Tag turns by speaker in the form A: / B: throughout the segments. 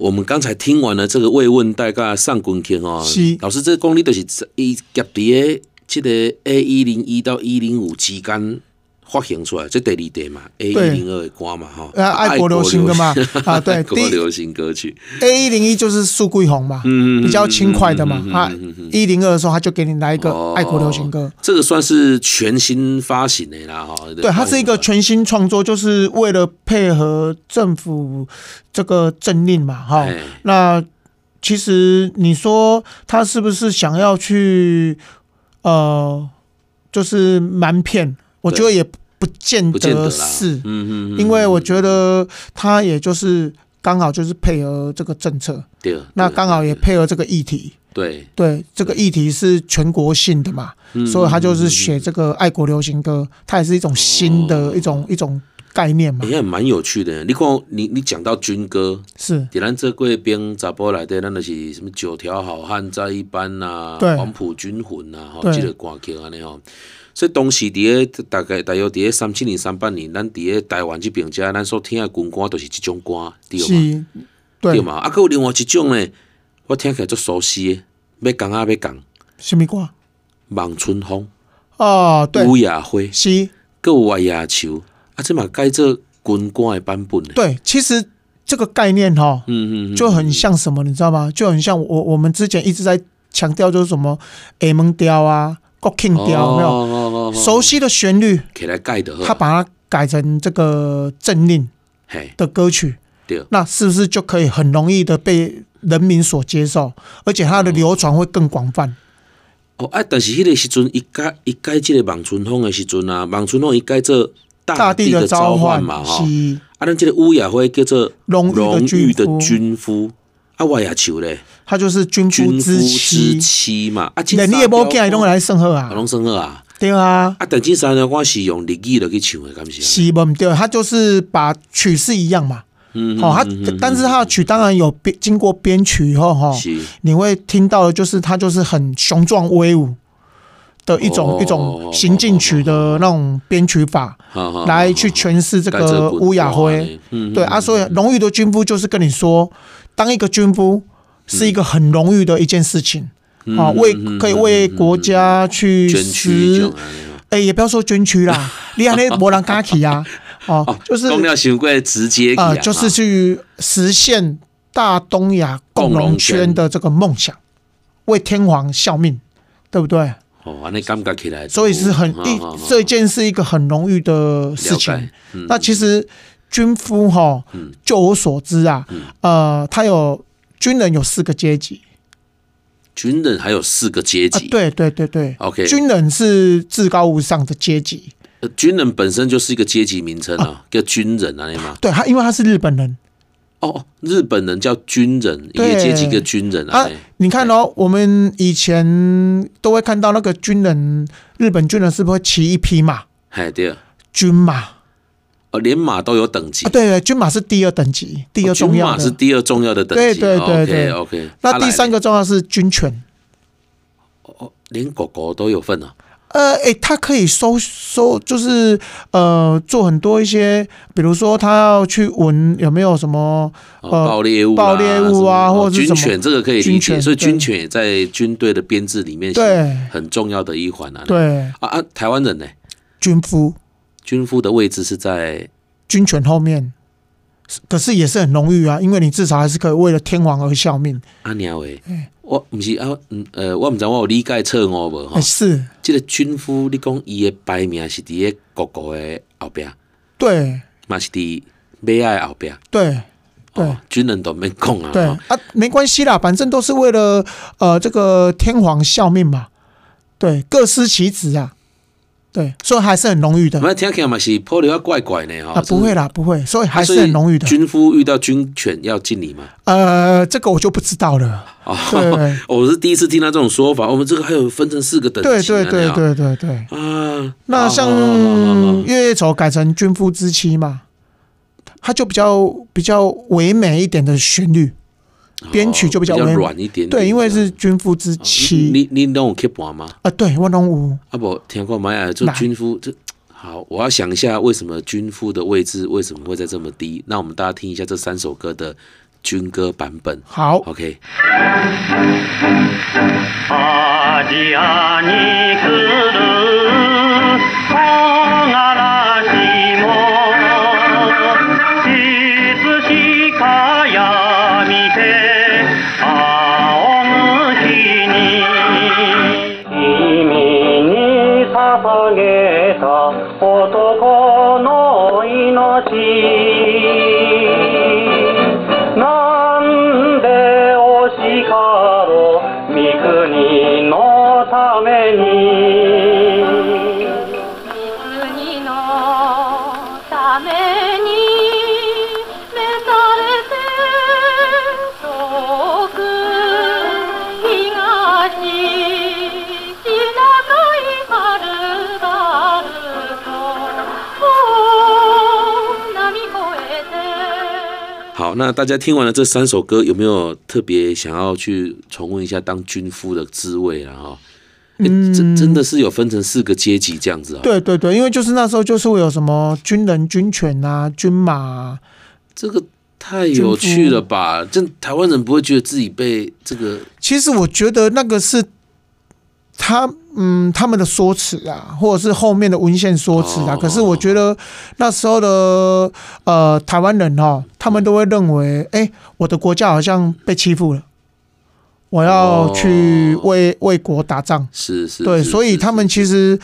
A: 我们刚才听完了这个慰问，大概上滚天哦
B: 是，
A: 老师，这个功力就是一夹伫这个 A 一零一到一零五之间发行出来，这第二题嘛，A 一零二的歌嘛，哈，
B: 呃爱国流行歌嘛啊 对
A: 爱国
B: 第一
A: 流行歌曲，
B: A 一零一就是苏桂红嘛，
A: 嗯
B: 比较轻快的嘛
A: 嗯嗯嗯
B: 啊
A: 嗯嗯嗯。
B: 一零二的时候他就给你来一
A: 哦
B: 个爱国流行歌，
A: 这个算是全新发行的啦，哦哈，
B: 对，它是一个全新创作，就是为了配合政府这个政令嘛，哈
A: 哎。
B: 那其实你说他是不是想要去呃，就是瞒骗？我觉得也不见
A: 不见得
B: 得
A: 啦，
B: 是，
A: 嗯嗯嗯，
B: 因为我觉得他也就是刚好就是配合这个政策，
A: 对，
B: 那
A: 对
B: 刚好也配合这个议题。
A: 对，
B: 对，这个议题是全国性的嘛，
A: 嗯
B: 所以他就是写这个爱国流行歌，它也是一种新
A: 哦
B: 的一种、一种概念嘛
A: 哎，也蛮有趣的。你讲你你讲到军歌，
B: 是
A: 在咱这贵兵查甫内底，咱就是什么九条好汉在一班呐、
B: 对
A: 黄埔军魂呐、吼，
B: 对
A: 即个歌曲安尼吼。所以当时伫咧大概大约伫咧三七年、三八年，咱伫咧台湾即边遮，咱所听的军歌就是即种歌，对嘛？
B: 是，
A: 对
B: 对，
A: 嘛？啊，佮有另外一种呢，我听起来足熟悉的，要讲啊要讲，
B: 什么歌？
A: 望春风、
B: 哦，对，
A: 乌鸦花、佮
B: 是，
A: 有月夜树，啊，即嘛改做军歌的版本呢。
B: 对，其实这个概念哈、
A: 嗯嗯嗯，
B: 就很像什么，你知道吗？就很像我我们之前一直在强调，就是什么 A 蒙调啊、国庆
A: 哦
B: 调，有没有？
A: 有
B: 熟悉的旋律，
A: 哦起来改的，
B: 他把它改成这个政令
A: 嘿
B: 的歌曲，
A: 对，
B: 那是不是就可以很容易的被人民所接受，而且它的流传会更广泛？
A: 哦啊，但是迄个时阵，伊改伊改即个望春风的时阵啊，望春风伊改做
B: 大
A: 啊地
B: 地的
A: 召
B: 召唤
A: 嘛吼，
B: 是
A: 啊，咱即个乌鸦花叫做
B: 荣
A: 荣誉
B: 誉
A: 的
B: 的军
A: 军夫，啊，我也求咧
B: 它就是军夫
A: 军夫
B: 之
A: 之
B: 妻，
A: 妻嘛，啊，
B: 人你也无见拢
A: 啊，
B: 来圣贺啊，
A: 拢算好啊，
B: 对啊，
A: 啊，但这三条我是用日语落去唱的，敢是啊？
B: 是不对，它就是把曲是一样嘛，
A: 嗯
B: 好、它但是它的曲当然有编经过编曲以后哈、
A: 是
B: 你会听到的就是它就是很雄壮威武的一种、
A: 哦啊
B: 一种行进曲的那种编曲法。
A: 好好
B: 来去诠释这
A: 改做
B: 个
A: 滚
B: 乌雅
A: 瓜
B: 灰
A: 呢。嗯
B: 对
A: 嗯
B: 啊，所以荣誉的军夫就是跟你说，当一个军夫是一个很荣誉的一件事情
A: 嗯
B: 啊，为可以为国家去
A: 捐躯这
B: 实
A: 种，安尼哦
B: 哎，也不要说捐躯 啦，你还那博兰嘎奇呀，哦，就是
A: 讲了伤过直接去
B: 啊，
A: 啊
B: 就是去实现大东亚共
A: 共荣
B: 荣
A: 圈
B: 圈的这个梦想，为天皇效命，对不对？
A: 哦，安尼感觉起来就，
B: 所以是很
A: 好
B: 一
A: 好好
B: 这件是一个很荣誉的事
A: 嗯了
B: 情
A: 解嗯。
B: 那其实军夫哈，就我所知啊，
A: 嗯
B: 呃，他有军人有四个阶级
A: 军人还有四个阶
B: 啊
A: 级，，
B: 对对对对
A: OK
B: 军人是至高无上的阶级，
A: 呃军人本身就是一个阶级名称
B: 哦
A: 啊，叫军人啊，你嘛，
B: 对他，因为他是日本人
A: 哦，哦日本人叫军人，一
B: 对
A: 个阶级一个军人啊
B: 啊，。你看哦，我们以前都会看到那个军人，日本军人是不是会骑一匹马，
A: 哎，对，
B: 军马？
A: 哦，连马都有等级
B: 啊，，对对，军马是第二等级，第二
A: 哦
B: 重
A: 军
B: 要
A: 马
B: 的。
A: 是第二重要的等级，
B: 对对对对
A: o k OK。啊
B: 那第三
A: 个，
B: 个重要是军犬。
A: 哦连狗狗都有份啊，
B: 呃，诶，他可以收收，就是呃，做很多一些，比如说他要去闻有没有什么
A: 哦
B: 呃
A: 爆裂物啊、
B: 爆裂物啊
A: 什么
B: 或者是
A: 军
B: 什么
A: 犬，这个可以理
B: 军
A: 解，
B: 犬
A: 所以
B: 对
A: 军犬也在军队的编制里面是
B: 对
A: 很重要的一环啊。
B: 对
A: 啊啊，台湾人呢，
B: 军夫
A: 军夫的位置是在
B: 军犬后面，可是也是很荣誉啊，因为你至少还是可以为了天皇而效命。
A: 阿娘诶，
B: 嗯
A: 我毋是啊，嗯呃，我毋知我有理解错误无吼
B: 诶，。哎是
A: 即个军夫，你讲伊诶排名是伫咧狗狗诶后壁，
B: 对
A: 嘛是伫马诶后壁。
B: 对对
A: 哦，军人都免讲啊。
B: 对
A: 吼
B: 啊，没关系啦，反正都是为了呃这个天皇效命嘛。对，各司其职啊。对，所以还是很荣誉的
A: 反正听起来嘛是颇了怪怪呢吼。
B: 啊，不会
A: 啦，
B: 啦，不会，所以还
A: 啊所
B: 是
A: 以
B: 很荣誉的。
A: 军夫遇到军犬要敬礼嘛？
B: 呃，这个我就不知道了。
A: 哦，
B: 对
A: 我是第一次听到这种说法。我们这个还有分成四个等级
B: 对
A: 啊。
B: 对对
A: 那样
B: 对对对。
A: 啊，
B: 那
A: 好
B: 像
A: 好好好好
B: 《月夜愁》改成《军夫之妻》嘛，它就比较比较唯美一点的旋律，编曲就比较
A: 哦比较
B: 温
A: 软一点点这样。嗯
B: 对，因为是军夫之妻
A: 你你你有去盘吗？
B: 啊，对，万龙舞
A: 啊不，听过没有？就
B: 来
A: 军夫这好，我要想一下为什么军夫的位置为什么会在这么低？那我们大家听一下这三首歌的军歌版本。
B: 好，
A: OK，
C: 아지아니 그를 통하라시모 시스시 가야미세 아오무시니 이민이 사방에다 오도고노이노시 なんでおしかろ三国のために
D: 国のために召されて遠く東しなかいはるばるとお波越えて
A: 好，那大家听完了这三首歌，有没有特别想要去重温一下当军夫的滋味啊？哈、诶
B: 嗯
A: 真真的是有分成四个阶级这样子啊、
B: 对对对，因为就是那时候就是会有什么军人、军犬啊、军马啊、
A: 这个太有趣了吧？这台湾人不会觉得自己被这个
B: 其实我觉得那个是他嗯他们的说辞啊，或者是后面的文献说辞啊。
A: 哦
B: 可是我觉得那时候的呃台湾人哦，他们都会认为，哎、我的国家好像被欺负了，我要去
A: 哦
B: 为、为国打仗。
A: 是是，
B: 对，
A: 是
B: 所以
A: 是
B: 他们
A: 是
B: 其实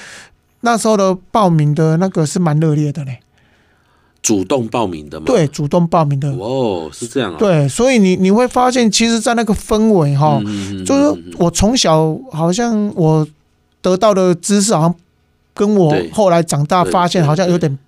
B: 那时候的报名的那个是蛮热烈的嘞，
A: 主动报名的嘛。
B: 对，，主动报名的，
A: 哇哦，是这样啊。
B: 对，所以你你会发现，其实，在那个氛围哈，
A: 嗯，嗯
B: 就是说我从小好像我得到的知识，好像跟我
A: 对
B: 后来长大
A: 对
B: 发现
A: 对
B: 好像有
A: 对
B: 点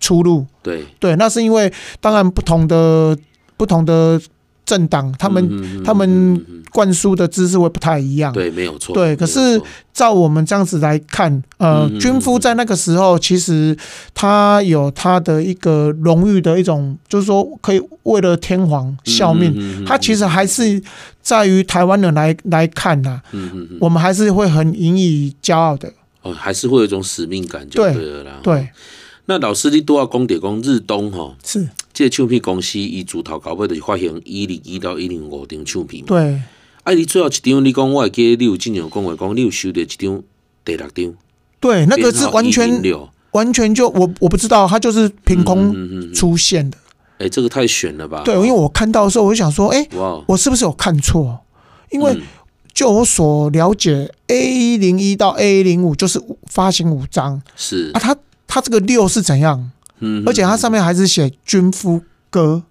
B: 出入。
A: 对，
B: 对，那是因为当然不同的不同的政党，他们
A: 嗯
B: 他
A: 嗯
B: 们
A: 嗯嗯
B: 灌输的知识会不太一样。
A: 对，没有错。
B: 对可
A: 没
B: 是
A: 有错
B: 照我们这样子来看，呃，
A: 嗯嗯
B: 军夫在那个时候其实他有他的一个荣誉的一种，就是说可以为了天皇效命，
A: 嗯
B: 他其实还是在于台湾人来来看呐、
A: 嗯嗯嗯，
B: 我们还是会很引以骄傲的。
A: 哦，还是会有一种使命感就
B: 对
A: 对了啦。，
B: 对，
A: 那老师你都要讲点讲日东吼，
B: 是，
A: 这个唱片公司伊自头到尾就是发行一零一到一零五张唱片嘛。
B: 对，
A: 啊，你最后一张你讲我会记得你有经常讲话讲你有收到一张第六张，
B: 对，那个
A: 编
B: 是
A: 号
B: 完全
A: 106
B: 完全就我我不知道，他就是
A: 嗯
B: 凭
A: 嗯嗯啊
B: 空
A: 嗯
B: 出现的。
A: 哎，这个太悬了吧？
B: 对，因为我看到的时候，我就想说，哎，
A: 哇哦，
B: 我是不是有看错？啊因为
A: 嗯
B: 就我所了解，A 零一到 A 零五就是发行五张
A: 是
B: 啊，，它它这个六是怎样？
A: 嗯
B: 而且它上面还是写军夫歌，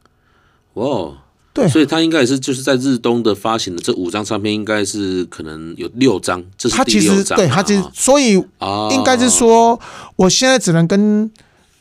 A: 哇哦。
B: 对
A: 所以他应该也是就是在日东的发行的这五张唱片，应该是可能有六张，这是
B: 它
A: 第
B: 其
A: 六
B: 实
A: 张啊。
B: 对它其实，所以
A: 啊，
B: 应该是说，我现在只能跟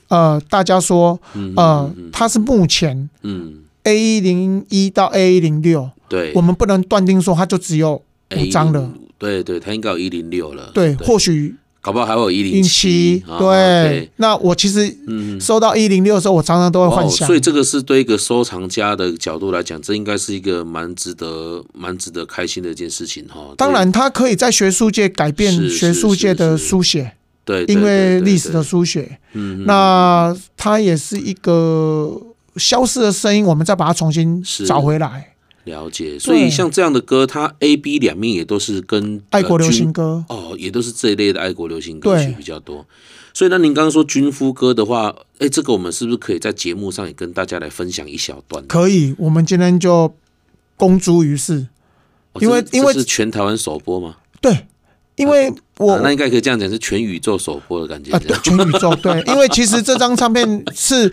B: 呃大家说，
A: 嗯，
B: 呃
A: 嗯，嗯
B: 它是目前
A: 嗯，
B: A 零一到 A 零六，
A: 对，哎
B: 我们不能断定说它就只有五张了，
A: 105，对对，他应该有一零六了，
B: 对，或许
A: 搞不好还有一
B: 零
A: 零
B: 七，对，，那我其实
A: 啊嗯，
B: 收到一零六的时候，我常常都会
A: 哦，
B: 幻想
A: 所，以这个是对一个收藏家的角度来讲，这应该是一个蛮值得、蛮值得开心的一件事情哈。
B: 当然，它可以在学术界改变
A: 是是
B: 学术界的
A: 是是
B: 书写，
A: 对，对
B: 因为历史，的
A: 对对对
B: 书写，
A: 嗯，嗯
B: 那它也是一个消失的声音，我们再把它重新
A: 是
B: 找回来。
A: 了解。所以像这样的歌，它 A、B 两面也都是跟
B: 爱国流行
A: 歌。
B: 歌，
A: 哦，也都是这一类的爱国流行歌曲
B: 对
A: 比较多，所以那您刚刚说军夫歌的话，哎，这个我们是不是可以在节目上也跟大家来分享一小段？
B: 可以，我们今天就公诸于世。
A: 哦
B: 因为
A: 这是
B: 因为
A: 这是全台湾首播吗？
B: 对，因为我
A: 啊那应该可以这样讲，是全宇宙首播的感觉。
B: 啊，
A: 这
B: 对
A: 样，
B: 全宇宙 对，因为其实这张唱片是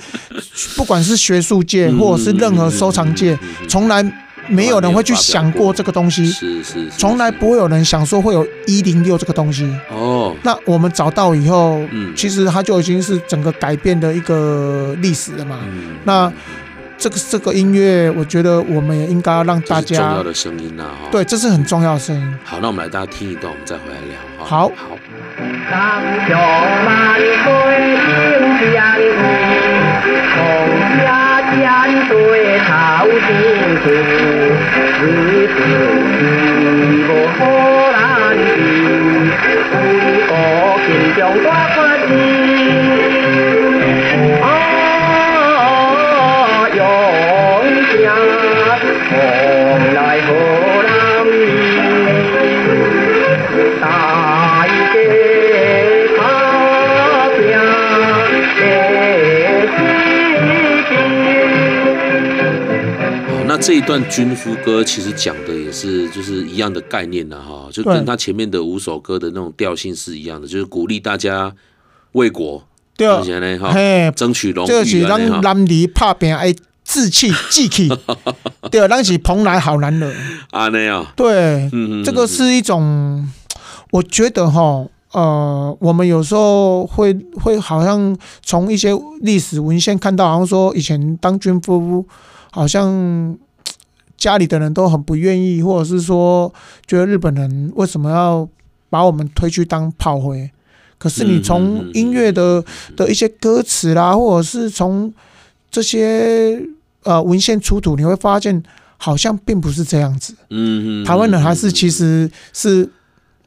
B: 不管是学术界
A: 嗯
B: 或者是任何收藏界，从来没有人会去想过这个东西，
A: 是是，是
B: 从来不会有人想说会有一零六这个东西。
A: 哦，
B: 那我们找到以后
A: 嗯，
B: 其实它就已经是整个改变的一个历史了嘛。
A: 嗯
B: 那这个这个音乐，我觉得我们也应该要让
A: 这
B: 大
A: 是重要
B: 家
A: 的声音呐、啊，哦
B: 对，。这是很重要的声音。
A: 好，那我们来大家听一段，我们再回来聊。哦
B: 好
A: 好。
C: 三九万岁顶天地，从家尖对头进去，你就是无好难治，为国尽忠我不知。哦，勇将
A: 这一段军夫歌其实讲的也是就是一样的概念的哈，就
B: 对
A: 跟他前面的五首歌的那种调性是一样的，就是鼓励大家为国，
B: 对
A: 而且呢哈
B: 嘿，
A: 争取荣
B: 这
A: 誉
B: 是
A: 啊
B: 咱
A: 这样哈。
B: 男儿拍拼爱志气 志气，对，咱是蓬莱好男儿。
A: 啊那样，
B: 对，
A: 嗯，嗯嗯
B: 这个是一种，我觉得哈，呃，我们有时候会呃会好像从一些历史文献看到，好像说以前当军夫，好像家里的人都很不愿意，或者是说觉得日本人为什么要把我们推去当炮灰？可是你
A: 嗯嗯
B: 从
A: 嗯
B: 音乐的的一些歌词啦，或者是从这些呃文献出土，你会发现好像并不是这样子。
A: 嗯嗯嗯
B: 台湾人还是
A: 嗯
B: 其实是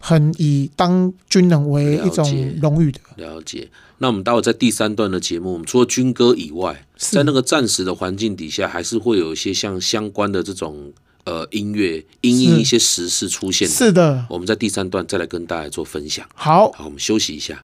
B: 很以当军人为一
A: 了
B: 种
A: 解
B: 荣誉的，
A: 了解。那我们待会在第三段的节目，我们除了军歌以外，
B: 是
A: 在那个暂时的环境底下，还是会有一些像相关的这种呃音乐，因应
B: 是
A: 一些时事出现的。
B: 是的，
A: 我们在第三段再来跟大家做分享。
B: 好。
A: 好，我们休息一下。